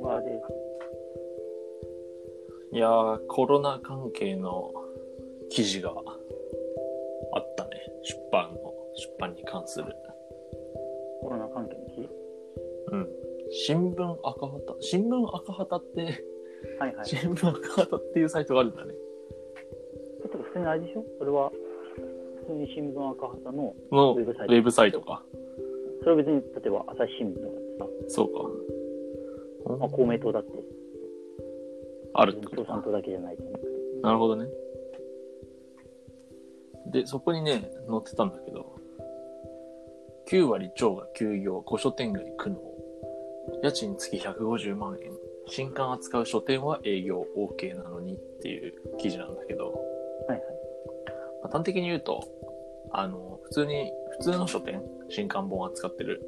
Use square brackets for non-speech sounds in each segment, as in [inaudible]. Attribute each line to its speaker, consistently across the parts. Speaker 1: まあで、
Speaker 2: いやー、コロナ関係の記事があったね。出版の、出版に関する。
Speaker 1: コロナ関係の記事
Speaker 2: うん。新聞赤旗新聞赤旗って、
Speaker 1: はいはい。ち
Speaker 2: 新聞赤旗っていうサイトがあるんだね。
Speaker 1: ょっと普通にあれでしょそれは、普通に新聞赤旗の、
Speaker 2: の、
Speaker 1: ウ
Speaker 2: ウ
Speaker 1: ェブサイト
Speaker 2: ェブサイトか。
Speaker 1: それは別に、例えば朝日新聞とかって
Speaker 2: そうか。
Speaker 1: さ、まあ、公明党だって、
Speaker 2: あるってこと
Speaker 1: 共
Speaker 2: か
Speaker 1: 産。党だけじゃないと思う。
Speaker 2: なるほどね。で、そこにね、載ってたんだけど、9割超が休業、古書店街苦悩。家賃月150万円。新刊扱う書店は営業 OK なのにっていう記事なんだけ
Speaker 1: は
Speaker 2: ど、
Speaker 1: いはい。
Speaker 2: まあ端的に言うと、あの、普通に、普通の書店、新刊本扱ってる、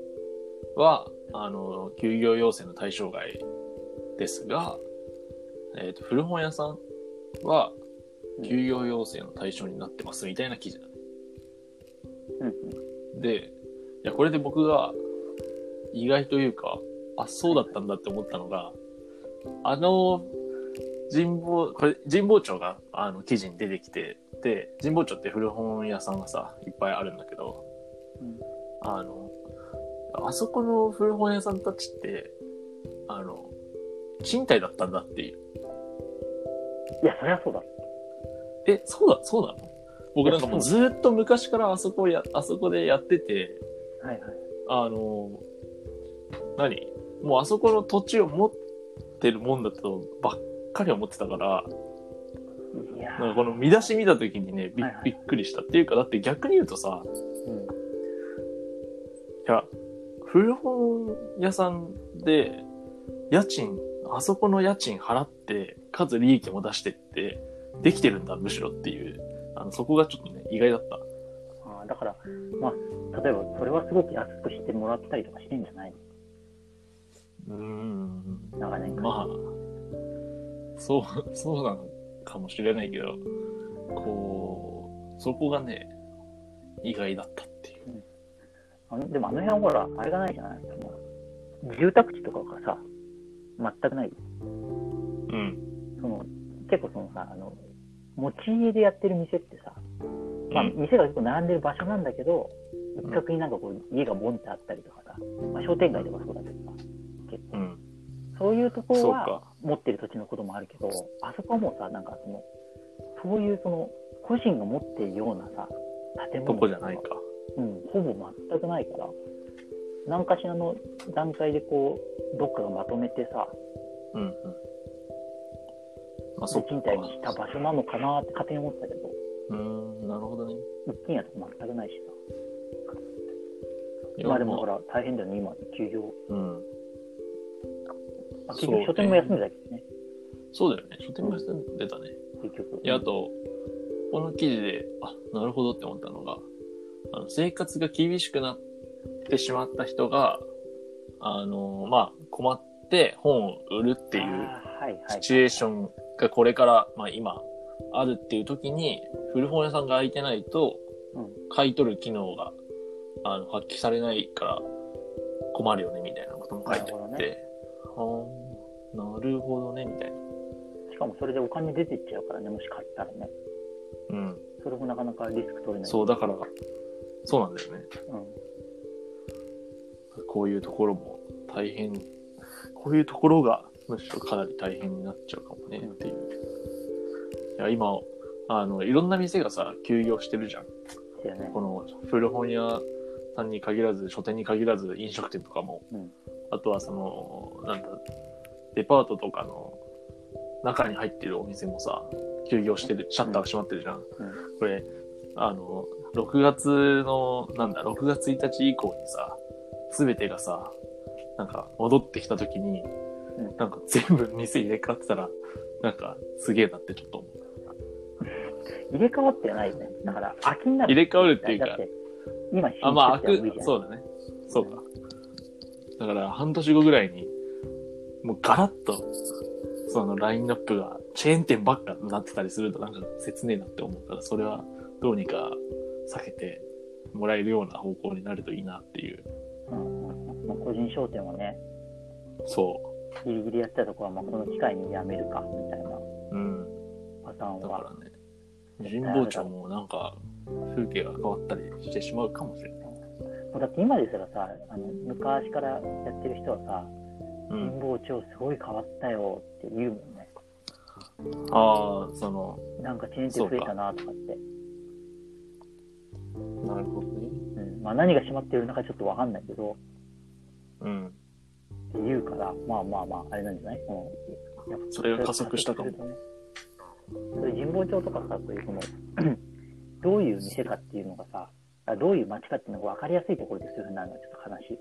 Speaker 2: は、あの、休業要請の対象外ですが、えっ、と、古本屋さんは、休業要請の対象になってますみたいな記事だね。
Speaker 1: うん
Speaker 2: で、いや、これで僕が意外というか、あ、そうだったんだって思ったのが、あの、神保、これ、神保町が、あの、記事に出てきて、で、神保町って古本屋さんがさ、いっぱいあるんだけど、
Speaker 1: うん
Speaker 2: あの、あそこの古本屋さんたちって、あの、賃貸だったんだっていう。
Speaker 1: いや、そりゃそうだ。
Speaker 2: え、そうだ、そうなの僕なんかもうずーっと昔からあそこや、あそこでやってて、
Speaker 1: はいはい。
Speaker 2: あの、何もうあそこの土地を持ってるもんだとばっかり思ってたから、
Speaker 1: いやー
Speaker 2: なんかこの見出し見た時にね、び
Speaker 1: はいはい
Speaker 2: びっくりした。っていうか、だって逆に言うとさ、
Speaker 1: うん。
Speaker 2: いや、古本屋さんで、家賃、あそこの家賃払って、かつ利益も出してって、できてるんだ、むしろっていう。あの、そこがちょっとね、意外だった。
Speaker 1: あーだから、まあ、例えば、それはすごく安くしてもらったりとかしてんじゃない
Speaker 2: うんうん。
Speaker 1: の長年間。
Speaker 2: まあ、そう、そうなのかもしれないけど、こう、そこがね、意外だったっていう。
Speaker 1: あのでもあの辺はほら、あれがないじゃないもう住宅地とかがさ、全くない。
Speaker 2: うん。
Speaker 1: その結構そのさ、あの、持ち家でやってる店ってさ、まあ、
Speaker 2: うん
Speaker 1: 店が結構並んでる場所なんだけど、一角になんかこう、家がボンってあったりとかさ、まあ、商店街とかそうだけどさ、
Speaker 2: うん。
Speaker 1: そういうとこ
Speaker 2: そ
Speaker 1: ろ
Speaker 2: う
Speaker 1: は
Speaker 2: か。
Speaker 1: 持ってる土地のこともあるけど、あそこはもうさ、なんかその、そういうその、個人が持ってるようなさ、建物
Speaker 2: どこじゃないか。
Speaker 1: うん、ほぼ全くないから、何かしらの段階でこう、どっかがまとめてさ、
Speaker 2: うんうん。まあ、そっか
Speaker 1: 賃。貸にした場所なのかなって勝手に思ってたけど、
Speaker 2: うーん、なるほどね。
Speaker 1: 一軒家とか全くないしさ。
Speaker 2: いや
Speaker 1: まあでもほら、大変だよね、今、休業。
Speaker 2: うん。
Speaker 1: まあ、
Speaker 2: そう
Speaker 1: 結局、書店も休んでたけどね、
Speaker 2: そうだよね。書店も休んでたね。
Speaker 1: 結局。
Speaker 2: いや、あと、この記事で、あ、なるほどって思ったのが、あの生活が厳しくなってしまった人が、あの、まあ、困って本を売るってい
Speaker 1: あー
Speaker 2: う
Speaker 1: はいはい、
Speaker 2: シチュエーショ
Speaker 1: ン。
Speaker 2: ンがこれから、まあ今、あるっていう時に、古本屋さんが空いてないと
Speaker 1: うん、
Speaker 2: 買い取る機能が、あの、発揮されないから困るよね、みたいなことも書いてあっ
Speaker 1: な
Speaker 2: て、あーなるほどね、みたいな。
Speaker 1: しかもそれでお金出ていっちゃうからね、もし買ったらね。
Speaker 2: うん。
Speaker 1: それもなかなかリスク取れない。
Speaker 2: そう、だから、そうなんだよね。
Speaker 1: うん。
Speaker 2: こういうところも大変、こういうところがむしろかなり大変になっちゃうかもねっていう。いや、今、あの、いろんな店がさ、休業してるじゃん。
Speaker 1: だよね。
Speaker 2: この古本屋さんに限らず、書店に限らず、飲食店とかも、
Speaker 1: うん
Speaker 2: あとはその、なんだ、デパートとかの中に入ってるお店もさ、休業してる、シャッターが閉まってるじゃん。
Speaker 1: う
Speaker 2: これ、あの、6月の、なんだ、6月1日以降にさ、すべてがさ、なんか戻ってきた時に、
Speaker 1: うん
Speaker 2: なんか全部店入れ替わってたら、なんかすげえなってちょっと思う。
Speaker 1: 入れ替わってはないよね。だから、空きになる。
Speaker 2: 入れ替わるっていうか
Speaker 1: だって、今、新
Speaker 2: あ、まあ、
Speaker 1: 築って
Speaker 2: 悪
Speaker 1: 無理じゃ、ん
Speaker 2: そうだね。そうか。だから、半年後ぐらいに、もうガラッと、そのラインナップがチェーン店ばっかになってたりすると、なんか切ねえなって思うから、それはどうにか避けて、もらえるような方向になるといいなっていう。
Speaker 1: うんうんうんまあ、個人商店はね、
Speaker 2: そ
Speaker 1: ギリギリやってたところは、まあ、この機会にやめるか、みたいな
Speaker 2: う。うん。
Speaker 1: パターン
Speaker 2: だ
Speaker 1: は。
Speaker 2: からね、神保町もなんか、風景が変わったりしてしまうかもしれない。
Speaker 1: もうだって今ですらさ、あの昔からやってる人はさ、
Speaker 2: う
Speaker 1: 貧
Speaker 2: ん。
Speaker 1: 乏町すごい変わったよって言うもんね。
Speaker 2: ああ、その、
Speaker 1: なんかチェーン店増えたなとかって。
Speaker 2: なるほどね。
Speaker 1: うん。まあ何が閉まってるのかちょっとわかんないけど、
Speaker 2: うん。
Speaker 1: って言うから、まあまあまあ、あれなんじゃないもうやっぱ
Speaker 2: それが加速したかも。
Speaker 1: そういう神保町とかさ、そういうその、 [clears throat] どういう店かっていうのがさ、あどういう街かっていうのが分かりやすいところでするなるのはちょっと悲しい。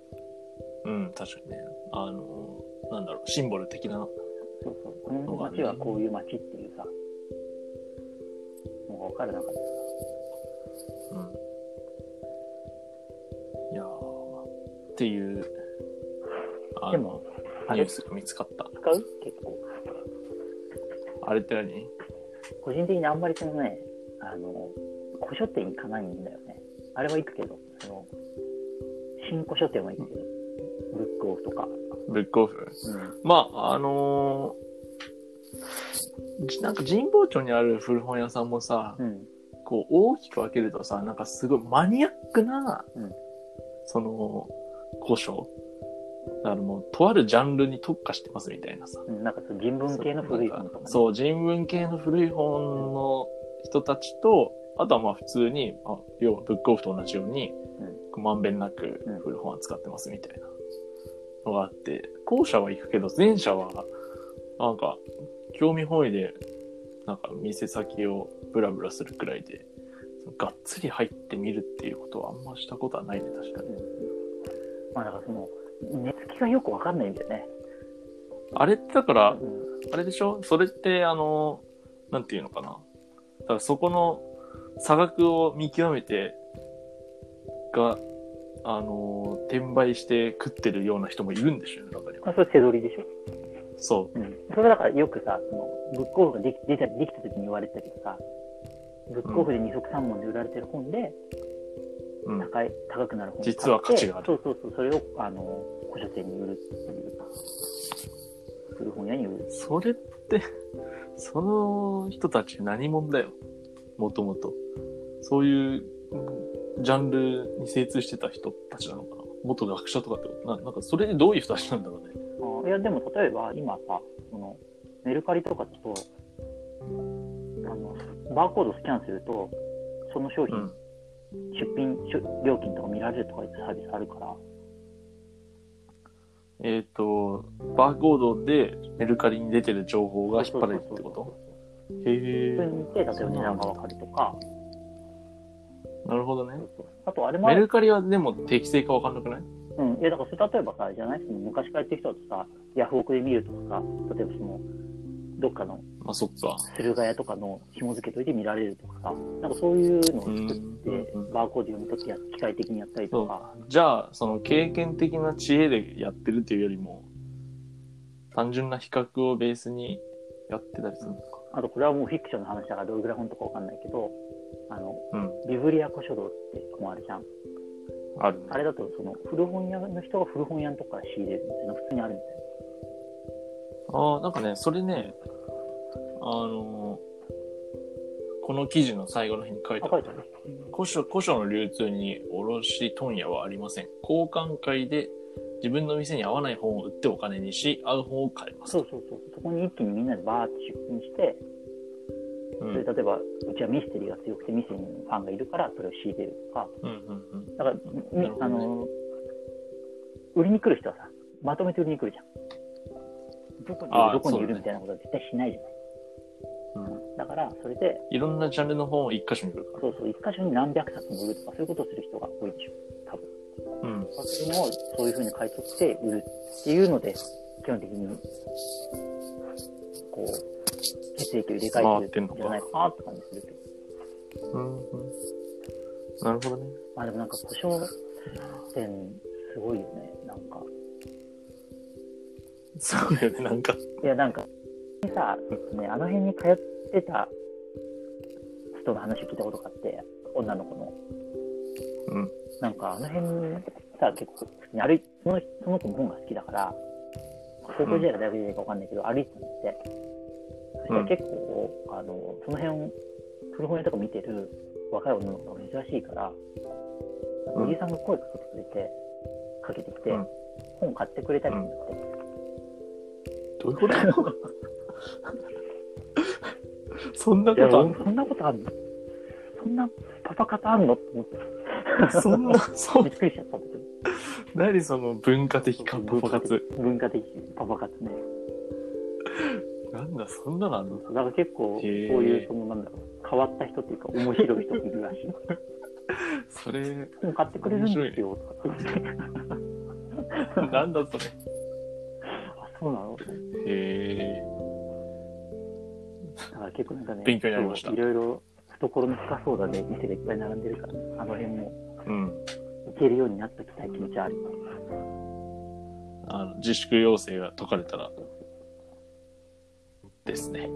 Speaker 2: うん、確かにね。あの、なんだろう、シンボル的な。
Speaker 1: そうそう。この街はこういう街っていうさ、のが分からなかったか
Speaker 2: うん。いやーっていう、あの
Speaker 1: でもあ
Speaker 2: ニ
Speaker 1: れ
Speaker 2: ュースが見つかった。
Speaker 1: ら。使う結構。
Speaker 2: あれって何
Speaker 1: 個人的にあんまりそのね、あの、古書店行かないんだよね。あれは行くけど、その、新古書店は行くけど、ブックオフとか。
Speaker 2: ブックオフ
Speaker 1: うん。
Speaker 2: まあ、あのーじなんか神保町にある古本屋さんもさ、
Speaker 1: うん。
Speaker 2: こう大きく分けるとさ、なんかすごいマニアックな、
Speaker 1: うん
Speaker 2: その、古書。だからもう、とあるジャンルに特化してますみたいなさ。
Speaker 1: うん、なんかその人文系の古い本とか、ね、う。
Speaker 2: そう、人文系の古い本の人たちと、あとはまあ普通に、あ要はブックオフと同じように、まんべんなく
Speaker 1: うん
Speaker 2: 古本扱ってますみたいなのがあって、後者は行くけど、前者は、なんか、興味本位で、なんか店先をブラブラするくらいで、がっつり入ってみるっていうことはあんましたことはないね、確かに。
Speaker 1: まあだからその、寝つきがよくわかんないんだよね。
Speaker 2: あれってだから、
Speaker 1: うん
Speaker 2: あれでしょそれって、あの、なんていうのかな。だからそこの差額を見極めて、が、あの、転売して食ってるような人もいるんでしょうね、中には。
Speaker 1: まあそれ手取りでしょ。
Speaker 2: そ
Speaker 1: うん。それだからよくさ、その、ブックオフができできたできた時に言われてたけどさ、ブックオフで二足三本で売られてる本で、
Speaker 2: う。うん。
Speaker 1: 高い高くなる本を買って
Speaker 2: 実は価値がある
Speaker 1: そうそうそうそれをあの古書店に売るっていう古本屋に売る
Speaker 2: それって、その人たち何者だよ。もともと。そういう、ジャンルに精通してた人たちなのかな。元学者とかってことななんか、それでどういう人たちなんだろうね。
Speaker 1: あいやでも例えば今さそのメルカリとかだとあのバーコードスキャンするとその商品、
Speaker 2: うん
Speaker 1: 出品出料金とか見られるとかいうサービスあるから
Speaker 2: えっ、と、バーコードでメルカリに出てる情報が引っ張られるってことへ
Speaker 1: それに
Speaker 2: え
Speaker 1: 見て例えば値段がわかるとか
Speaker 2: なるほどね。
Speaker 1: あとあれもあ
Speaker 2: メ
Speaker 1: る
Speaker 2: ルカリはでも適正かわかんなくない
Speaker 1: うん、いやだからそれ例えばさ、じゃないその昔からやってる人だとさ、ヤフオクで見るとかさ、例えばその、どっかの
Speaker 2: まあそっか。
Speaker 1: 駿河屋とかの紐付けといて見られるとかさ、なんかそういうのを作って、
Speaker 2: うん
Speaker 1: バーコード読み取ってや機械的にやったりとか、
Speaker 2: じゃあ、その経験的な知恵でやってるっていうよりも、単純な比較をベースにやってたりするのか。
Speaker 1: あとこれはもうフィクションの話だからどれぐらい本とかわかんないけど、あの、
Speaker 2: うん。
Speaker 1: ビブリア古書道ってもあるじゃん。
Speaker 2: あるね。
Speaker 1: あれだとその古本屋の人が古本屋のとこから仕入れるみたいな、普通にあるみたいな。
Speaker 2: ああ、なんかね、それね、あのーこの記事の最後の日に書いて
Speaker 1: あ、
Speaker 2: あ
Speaker 1: 書
Speaker 2: る
Speaker 1: いてある。
Speaker 2: 古書古書の流通に卸問屋はありません。交換会で自分の店に合わない本を売ってお金にし、合う本を買います。
Speaker 1: そうそうそう。そこに一気にみんなでバーって出品して、
Speaker 2: う
Speaker 1: そ
Speaker 2: ん。う
Speaker 1: れ
Speaker 2: ん
Speaker 1: 例えば、うちはミステリーが強くてミステリーのファンがいるから、それを仕入れるとか、
Speaker 2: うんうん。
Speaker 1: だから、
Speaker 2: な
Speaker 1: ね
Speaker 2: るほどね
Speaker 1: あの、売りに来る人はさ、まとめて売りに来るじゃん。どこにい
Speaker 2: あ
Speaker 1: る
Speaker 2: あ
Speaker 1: どこにい
Speaker 2: そうだ
Speaker 1: る
Speaker 2: ね
Speaker 1: みたいなことは絶対しないじゃない。
Speaker 2: うん
Speaker 1: だから、それで、
Speaker 2: いろんなジャンルの本を一箇所に売るか
Speaker 1: そうそう、一箇所に何百冊も売るとか、そういうことをする人が多いでしょ。多分。
Speaker 2: ら。うん。
Speaker 1: そういうのを、そういうふうに買い取って売るっていうので、基本的に、こう、血液を入れ替えてるんじゃないかなって感じするけど。
Speaker 2: うんうん。なるほどね。
Speaker 1: まあでもなんか故障点、すごいよね、なんか。
Speaker 2: そうよね、なんか。
Speaker 1: いや、なんか、さ、えっとね、あの辺に通ってた人の話を聞いたことがあって、女の子の。
Speaker 2: うん
Speaker 1: なんかあの辺さ、結構普通に歩いそのその子も本が好きだから、高校時代か大学時代かわかんないけど、歩いてたんですって。そしたら結構、あの、その辺を、古本屋とか見てる若い女の子が珍しいから、
Speaker 2: うん
Speaker 1: おじさんが声かけてくれて、かけてきて、
Speaker 2: うん
Speaker 1: 本買ってくれたりとかして、
Speaker 2: [laughs] どういうことそんないこ
Speaker 1: や、
Speaker 2: とあ
Speaker 1: そ
Speaker 2: ん
Speaker 1: んなことあんのそんなパパ方あんのって思って、
Speaker 2: のそんな、そ
Speaker 1: び
Speaker 2: う
Speaker 1: っ、くりしちゃったんだけど。
Speaker 2: 何その文化的かパパ活。
Speaker 1: 文化的パパ活ね
Speaker 2: なんだ、そんなのあんの
Speaker 1: だから結構そう
Speaker 2: へー
Speaker 1: いうそのなんだろう変わった人っていうか面白い人っているらし
Speaker 2: [laughs]
Speaker 1: い
Speaker 2: それ、
Speaker 1: でも買ってくれるんですよとかって言って
Speaker 2: なんだそれ。
Speaker 1: あそうなの
Speaker 2: へえ。
Speaker 1: だから結構なんかね
Speaker 2: 勉強になりました
Speaker 1: そういろいろ懐の深そうだね店がいっぱい並んでるからあの辺も
Speaker 2: うん。
Speaker 1: 行けるようになってきたい気持ちはあります
Speaker 2: あの、自粛要請が解かれたら、ですね。